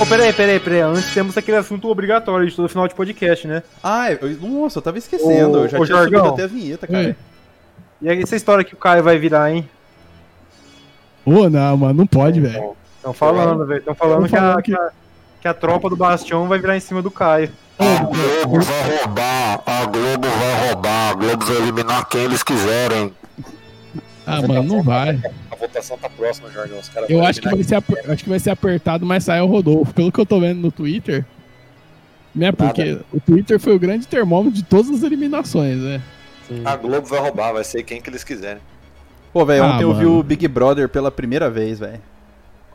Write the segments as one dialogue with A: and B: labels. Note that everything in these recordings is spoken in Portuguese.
A: Ô, peraí, peraí, peraí. Antes temos aquele assunto obrigatório de todo final de podcast, né?
B: Ah, eu, nossa, eu tava esquecendo.
A: Ô,
B: eu já
A: ô,
B: tinha
A: Jorgão.
B: subido até a vinheta, cara.
C: Hum.
A: E aí, essa história que o Caio vai virar, hein?
C: Ô, não, mano, não
D: É,
C: pode, velho.
A: Estão falando, velho. Estão falando, que, a, que, a, que a tropa do Bastião vai virar em cima do Caio.
B: Tá.
D: é.
E: Globo vai roubar, a Globo vai roubar, a Globo vai eliminar quem eles quiserem.
C: Ah, mano, não vai.
D: A votação tá próxima, Jorgão. Os caras
C: Eu
D: vão
C: acho que
D: eliminar
C: vai ser, aper- eu acho que vai ser apertado, mas sai o Rodolfo. Pelo que eu tô vendo no Twitter, né? Porque o Twitter foi o grande termômetro de todas as eliminações, né?
D: A Globo vai roubar, vai ser quem que eles quiserem.
B: Pô, velho,
C: Ah,
B: ontem eu vi
C: mano.
B: o Big Brother pela primeira vez, velho.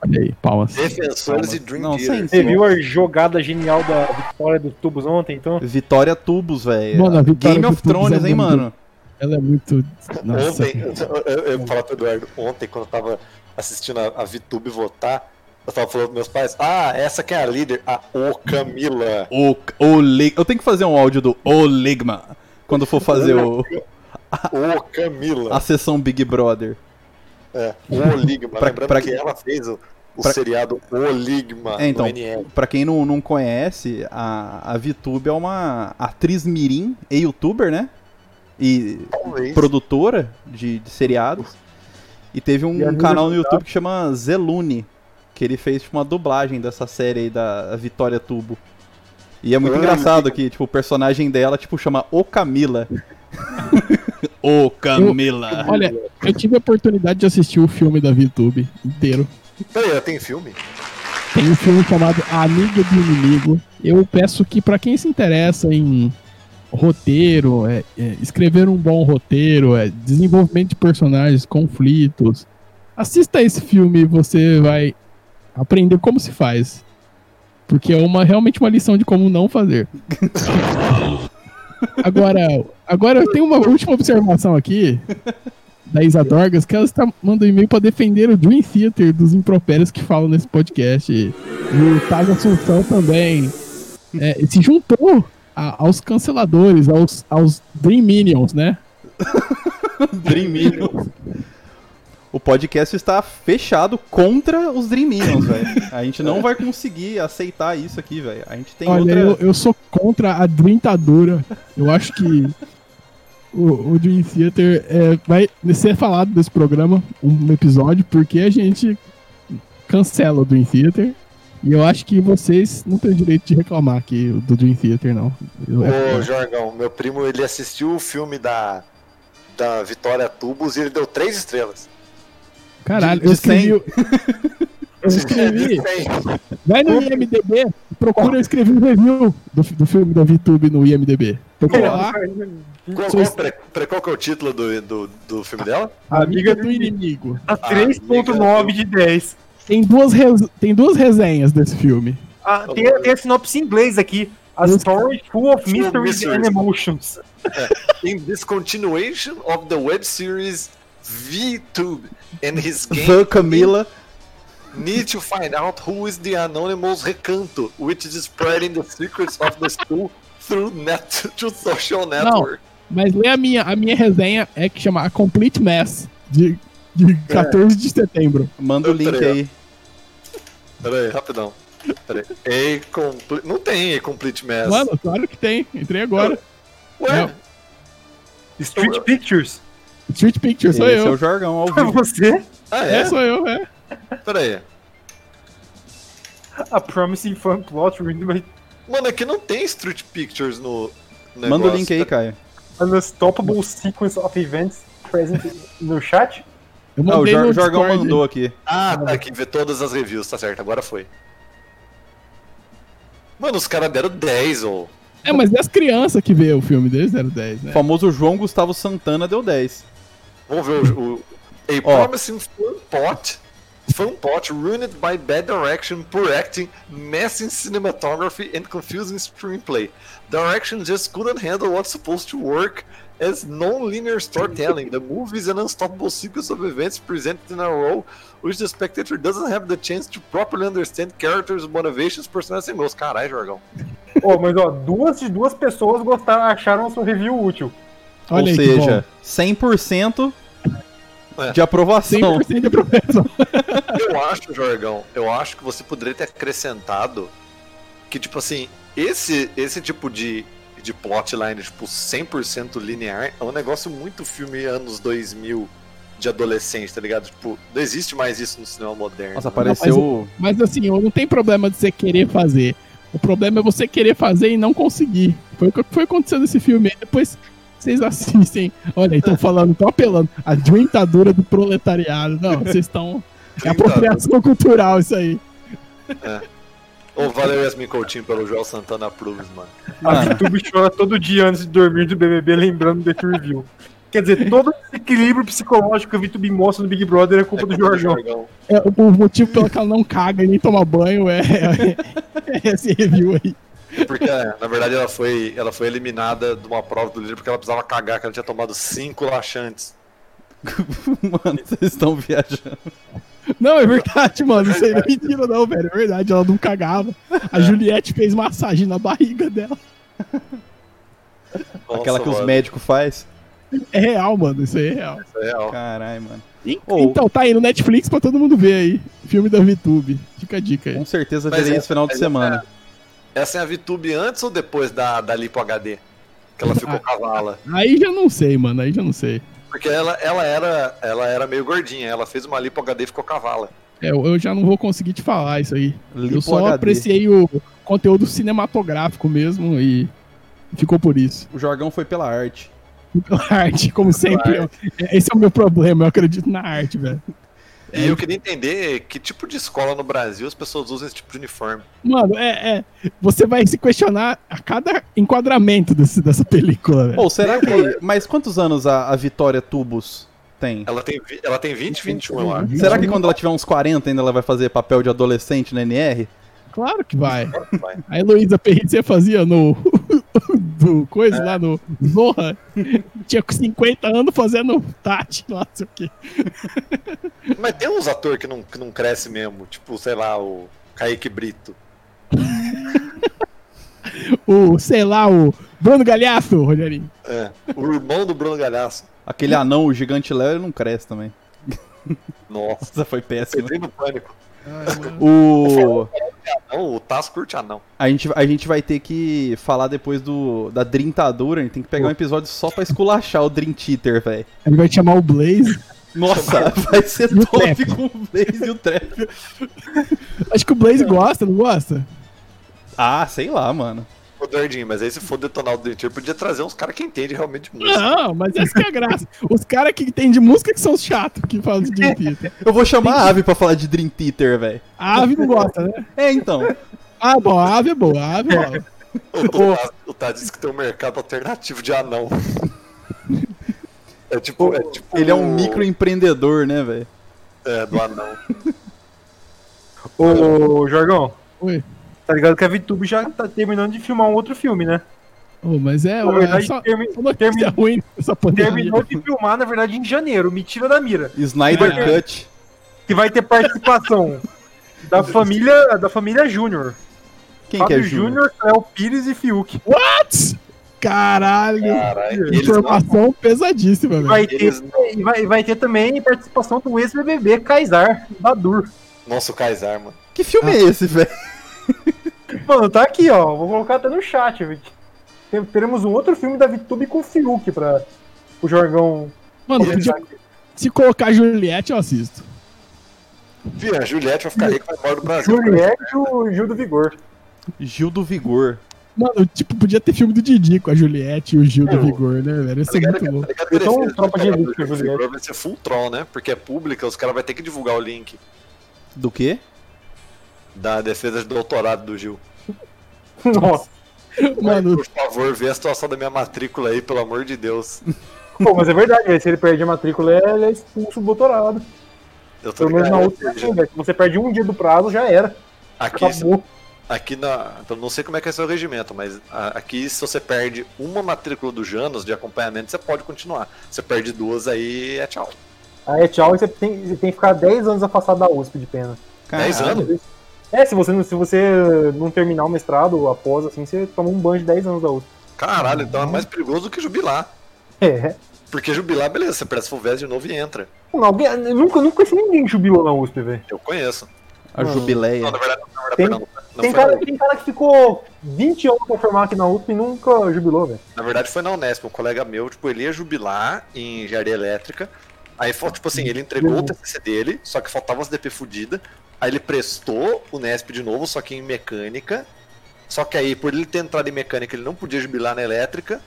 C: Olha aí, palmas.
D: Defensores e Dream
B: Não, sem
D: Theater.
A: Você viu a jogada genial da vitória dos tubos ontem, então?
B: Vitória Tubos, velho.
C: Mano, a vitória
B: Game of
C: do Tubos
B: Thrones,
C: é
B: hein,
C: muito-
B: mano.
C: Ela é muito. Nossa.
D: Ontem, eu, eu, eu falava pro Eduardo, ontem, quando eu tava assistindo a, a VTube votar, eu tava falando pros meus pais, ah, essa que é a líder, a O Camila.
B: O, o Lig- Eu tenho que fazer um áudio do Oligma quando for fazer o-
D: O
B: a
E: Ah.
D: Camila.
B: sessão Big Brother.
D: É, o Oligma.
B: Pra-
D: Lembrando
B: pra-
D: que ela fez o, o
B: pra-
D: seriado Oligma
B: É, então.
D: no NL.
B: Pra quem não, não conhece, a, a VTube é uma atriz mirim e youtuber, né? E
D: Talvez.
B: produtora de, de seriados. E teve
A: E a
B: um
A: Nina
B: canal no YouTube que chama Zelune, que ele fez tipo, uma dublagem dessa série aí da Vitória Tubo. E é muito
D: Ah,
B: engraçado que tipo, o personagem dela tipo, chama O Camila. o Camila.
C: Olha, eu tive a oportunidade de assistir o filme da VTube inteiro.
D: Peraí, ela tem filme?
C: Tem um filme chamado Amigo do Inimigo. Eu peço que, pra quem se interessa em roteiro, é, é, escrever um bom roteiro, é, desenvolvimento de personagens, conflitos, assista esse filme e você vai aprender como se faz. Porque é uma, realmente uma lição de como não fazer. agora, agora eu tenho uma última observação aqui da Isa Dorgas, que ela está mandando um e-mail para defender o Dream Theater dos impropérios que falam nesse podcast. E o Tag Assunção também. É, se juntou a- aos canceladores, aos, aos Dream Minions, né?
B: Dream Minions. O podcast está fechado contra os Dream Minions, velho. A gente não vai conseguir aceitar isso aqui, velho. A gente tem
C: Olha,
B: outra.
C: eu, eu sou contra a drintadura. Eu acho que o, o Dream Theater é, vai ser falado nesse programa, um episódio, porque a gente cancela o Dream Theater. E eu acho que vocês não têm direito de reclamar aqui do Dream Theater, não. Eu- é
D: Ô, Jorgão, meu primo, ele assistiu o filme da, da Vitória Tubos e ele deu três estrelas.
C: caralho,
B: de- de
C: eu escrevi. Eu
D: É,
C: escrevi. Vai no IMDB, procura eu escrevi um review do, do filme da VTube no IMDB. Procura lá,
D: Qual, qual, pre- pre- qual que é o título do, do, do filme dela?
C: Amiga do Inimigo.
A: A 3.9 de 10.
C: Tem duas, res- tem duas resenhas desse filme.
A: Ah, tem, tem a sinopse em inglês aqui. A story full of é mysteries and emotions.
D: In discontinuation of the web series VTube and his game
B: The Camila.
D: need to find out who is the anonymous recanto, which is spreading the secrets of the school through net to social network.
C: Mas lê a minha. A minha resenha é que chama A Complete Mess, de, de
B: É.
C: 14 de setembro.
B: Manda o link
D: Outra.
B: tá aí.
D: Pera aí, rapidão. Pera aí. A comple- Não tem A Complete Mess.
C: Mano, claro que tem. Entrei agora.
B: É
D: Ué?
C: Não.
A: Street Pictures.
C: Street Picture, sou
B: Esse é
C: eu.
B: o jargão ao
A: Pra
B: vivo.
A: você,
D: Ah,
C: É,
D: é?
C: sou eu, é.
D: Pera aí.
A: a promising fun plot written by
D: Mano, aqui não tem Street Pictures no negócio. tá-
B: Manda o link aí, Caio.
A: an unstoppable sequence of events present no chat.
B: Ah, o
C: Eu mandei
B: Jor-
C: no
B: Jorgão
C: Discord.
B: mandou aqui.
D: Ah, tá aqui, vê todas as reviews, tá certo, agora foi. Mano, os caras deram 10, ou.
C: É, mas e as crianças que vê o filme deles, 010,
B: O
C: né?
B: famoso João Gustavo Santana deu 10.
D: Vamos ver o. o... A um
B: Ó.
D: promising fun pot. Fun pot um ruined by bad direction, poor acting, messy cinematography, and confusing screenplay. Direction just couldn't handle what's supposed to work as non-linear storytelling. The movie is an unstoppable sequence of events presented in a row, which the spectator doesn't have the chance to properly understand characters, motivations, personalities, and goals. Caralho, Jorgão.
A: Ô, mas ó, duas de duas pessoas gostaram, acharam a sua review útil.
C: Olha
B: Ou
C: aí que
B: seja,
C: bom.
B: 100%
D: É.
B: de aprovação.
C: 100% de aprovação.
D: Eu acho, Jorgão, eu acho que você poderia ter acrescentado que, tipo assim, esse, esse tipo de, de plotline, tipo, 100% linear, é um negócio muito filme anos 2000 de adolescente, tá ligado? Tipo, não existe mais isso no cinema moderno.
B: Nossa,
D: né?
B: apareceu.
C: Mas assim, eu não tem problema de você querer fazer. O problema é você querer fazer e não conseguir. Foi o que foi acontecendo nesse filme. Aí Depois vocês assistem. Olha, estão falando, estão apelando. A ditadura do proletariado. Não, vocês estão. É apropriação cultural isso aí.
D: Ô, valeu, Yasmin Coutinho, pelo Joel Santana Proves, mano.
A: A
B: Mano,
A: YouTube Assim, chora todo dia antes de dormir do BBB lembrando do The Review. Quer dizer, todo esse equilíbrio psicológico que a VTube mostra no Big Brother é culpa do Jorgão.
C: É, o- o motivo pelo qual ela não caga e nem toma banho é, é- é esse review aí.
D: Porque, é, na verdade, ela foi, ela foi eliminada de uma prova do líder porque ela precisava cagar, que ela tinha tomado cinco laxantes.
B: mano, vocês estão viajando.
C: Não, é verdade, mano. Isso aí não é mentira, não, velho. É verdade, ela não cagava. A Juliette fez massagem na barriga dela.
D: Nossa,
B: Aquela que os
D: mano,
B: médicos faz.
C: É real, mano. Isso aí é real.
D: isso é real.
B: Caralho, mano.
C: E-
B: Ou-
C: Então, tá aí no Netflix pra todo mundo ver aí. Filme da VTube. Fica a dica aí.
B: Com certeza
D: Mas
B: verei
D: é-
B: esse final de
D: mas
B: semana.
D: Essa é a VTube antes ou depois da, da Lipo HD? Que ela ficou
C: Ah.
D: cavala.
C: Aí já não sei, mano. Aí já não sei.
D: Porque ela, ela, era, ela era meio gordinha, ela fez uma Lipo HD e ficou cavala.
C: É, eu eu já não vou conseguir te falar isso aí.
B: Lipo
C: eu só
B: HD.
C: apreciei o conteúdo cinematográfico mesmo e ficou por isso.
B: O Jorgão foi pela arte.
C: Pela arte, como sempre. eu- é- esse é o meu problema, eu acredito na arte, velho.
D: E eu queria entender que tipo de escola no Brasil as pessoas usam esse tipo de uniforme.
C: Mano, é, é, Você vai se questionar a cada enquadramento desse, dessa película, velho.
B: Ou será que. Mas quantos anos a, a Vitória Tubos tem?
D: Ela tem, vi- ela tem 20, 21, eu acho.
B: Será que quando ela tiver uns 40 ainda ela vai fazer papel de adolescente na NR?
C: Claro que vai.
D: Vai.
C: A Heloísa Perricê fazia no. do coisa lá no Zorra. Tinha com 50 anos fazendo Tati lá, não sei o quê.
D: Mas tem uns atores que não, que não cresce mesmo, tipo, sei lá, o Kaique Brito.
C: O, sei lá, o Bruno Galhaço, Rogerinho.
D: É, o irmão do Bruno Galhaço.
B: Aquele anão, o gigante Léo, ele não cresce também.
D: Nossa,
B: Essa foi péssima.
D: entrei no pânico.
B: O.
D: Não, o Tasso curte anão.
B: A gente, a gente vai ter que falar depois do da drintadura, a gente tem que pegar um episódio só pra esculachar o Dream Cheater, velho.
C: Ele vai te chamar o Blaze.
B: Nossa, vai ser
C: E o
B: top
C: Trap.
B: com o Blaze e o Trap.
C: Acho que o Blaze gosta, não gosta?
B: Ah, sei lá, mano.
D: Ô, Dordinho, mas aí se for detonar o Dentir, podia trazer uns caras que entendem realmente música.
C: Não, mas essa que é a graça. Os caras que entendem de música que são os chatos que falam de Dream Theater.
B: Eu vou chamar a Ave pra falar de Dream Theater, velho.
C: A ave não gosta, né?
B: É, então.
C: Ah, bom, a ave é boa, a ave rola.
D: O, o, Tasso- o Tasso disse que tem um mercado alternativo de anão. É tipo, é tipo
B: Ele é um
D: o-
B: microempreendedor, né, velho?
D: É, do anão.
A: Ô, Jorgão,
C: Oi.
A: tá ligado que a VTube já tá terminando de filmar um outro filme, né?
C: Ô, mas é,
A: Na
C: ó, é
A: verdade,
C: só,
A: termi-
C: só notícia
A: termi-
C: ruim essa pandemia.
A: terminou de filmar, na verdade, em janeiro. Me tira da mira.
B: Snyder
C: É.
B: Cut.
A: Que vai ter participação da família da família Júnior.
B: Quem que é
A: Fábio
B: Júnior?
A: Júnior, Cléo Pires e Fiuk.
C: Caralho,
D: Caralho,
A: é
D: eles
A: um
D: não,
C: informação pesadíssima, velho.
A: Vai ter,
D: eles não-
A: e vai, vai ter também participação do ex-BBB Kaysar, Badur.
D: Nossa, o Kaysar, mano.
B: Que filme é esse, velho?
A: Mano, tá aqui, ó. Vou colocar até no chat, Vic. Tem- Teremos um outro filme da VTube com Fiuk pra o Jorgão.
C: Mano, se- se colocar Juliette, eu assisto.
D: Fih, a Juliette vai ficar rica vai embora do Brasil.
A: Juliette e o Gil do Vigor.
B: Gil do Vigor.
C: Mano, tipo, podia ter filme do Didi com a Juliette e o Gil do
D: Eu-
C: Vigor, né, velho? Isso é muito louco.
D: Tá ligado?
A: Então,
D: Beleza,
A: tropa de
D: vai
A: elite,
D: pegar do
A: Juliette.
D: Vai ser full troll, né? Porque é pública, os caras vão ter que divulgar o link
B: Do quê?
D: da defesa de doutorado do Gil.
A: Nossa.
C: Mano,
D: Por favor, vê a situação da minha matrícula aí, pelo amor de Deus.
A: Pô, mas é verdade, velho. Se ele perde a matrícula, ele é expulso do doutorado.
D: Eu tô
A: Pelo menos
D: ligado.
A: na outra, assim, velho. Se você perde um dia do prazo, já era.
D: Aqui,
A: Acabou.
D: aqui na. Eu não sei como é que é seu regimento, mas a- aqui se você perde uma matrícula do Janos de acompanhamento, você pode continuar. Você perde duas aí, é tchau.
A: Aí é tchau e você tem, você tem que ficar 10 anos afastado da USP de pena.
D: Dez
B: Caralho.
D: anos?
A: É, se você, não- se você não terminar o mestrado ou após, assim, você toma um banho de 10 anos da USP.
D: Uhum. Caralho, então é mais perigoso do que jubilar.
A: É.
D: Porque jubilar, beleza, você presta FUVES de novo e entra.
A: Não, alguém, eu nunca, nunca conheci ninguém que jubilou na USP, velho.
D: Eu conheço.
B: A
A: Mano.
D: Não,
B: Jubileia.
D: na verdade, na verdade,
A: Tem-
D: perdão, não
A: Tem
D: foi
A: cara,
D: na,
A: tem cara que ficou 20 anos pra formar aqui na USP e nunca jubilou, velho.
D: na verdade foi na Unesp, um colega meu, tipo, ele ia jubilar em engenharia elétrica. Aí, fal- tipo assim, ele entregou o TCC dele, só que faltava as DP fudida. Aí ele prestou o Nesp de novo, só que em mecânica. Só que aí, por ele ter entrado em mecânica, ele não podia jubilar na elétrica.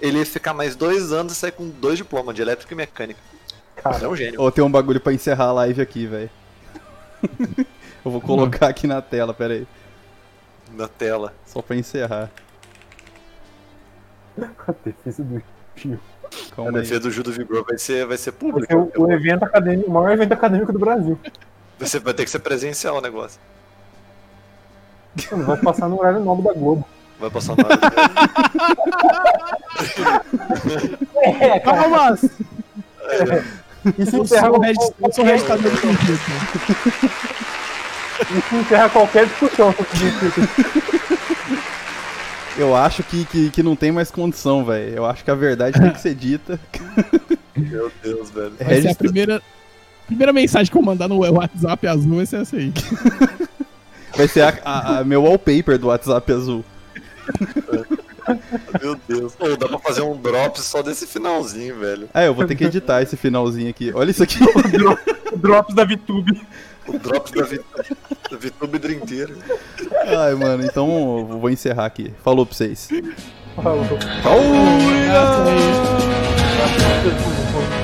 D: Ele ia ficar mais dois anos e sair com dois diplomas de elétrica e mecânica. Ele é
A: Cara,
D: um gênio.
B: Ou tem um bagulho pra encerrar a live aqui, velho. Eu vou colocar aqui na tela, pera aí.
D: Na tela.
B: Só pra encerrar.
A: a defesa do tio.
D: A
B: Calma aí.
D: defesa do Judo Vigor vai ser, vai ser
A: Vai
D: pública.
A: ser o, o evento acadêmico, o maior evento acadêmico do Brasil.
D: Vai, ser- vai ter que ser presencial o negócio.
A: Mano, vai passar no horário nobre da Globo.
D: Vai passar na hora.
A: É,
D: Tá
A: cara,
C: Palmas!
A: isso
C: Eu sou
A: encerra,
C: é o Regis, eu sou o Regis tá
A: qualquer,
C: Tadeu do Corinthians.
A: isso encerra qualquer discussão sobre isso.
B: Eu acho que, que, que não tem mais condição, velho. Eu acho que a verdade tem que ser dita.
D: Meu Deus, velho.
C: Vai ser
B: Regis-
C: a primeira, primeira mensagem que eu mandar no WhatsApp azul, vai ser essa aí.
B: Vai ser a, a- a meu wallpaper do WhatsApp azul.
D: Meu Deus. Pô, dá pra fazer um drop só desse finalzinho, velho.
B: É, eu vou ter que editar esse finalzinho aqui. Olha isso aqui.
A: Drops da VTube.
D: O drop da, Vi- da VTube Dream Theater.
B: Ai, mano, então eu vou encerrar aqui. Falou pra vocês.
A: Falou.
B: Tchau!
C: Essa aí.
A: Graças a Deus, por favor.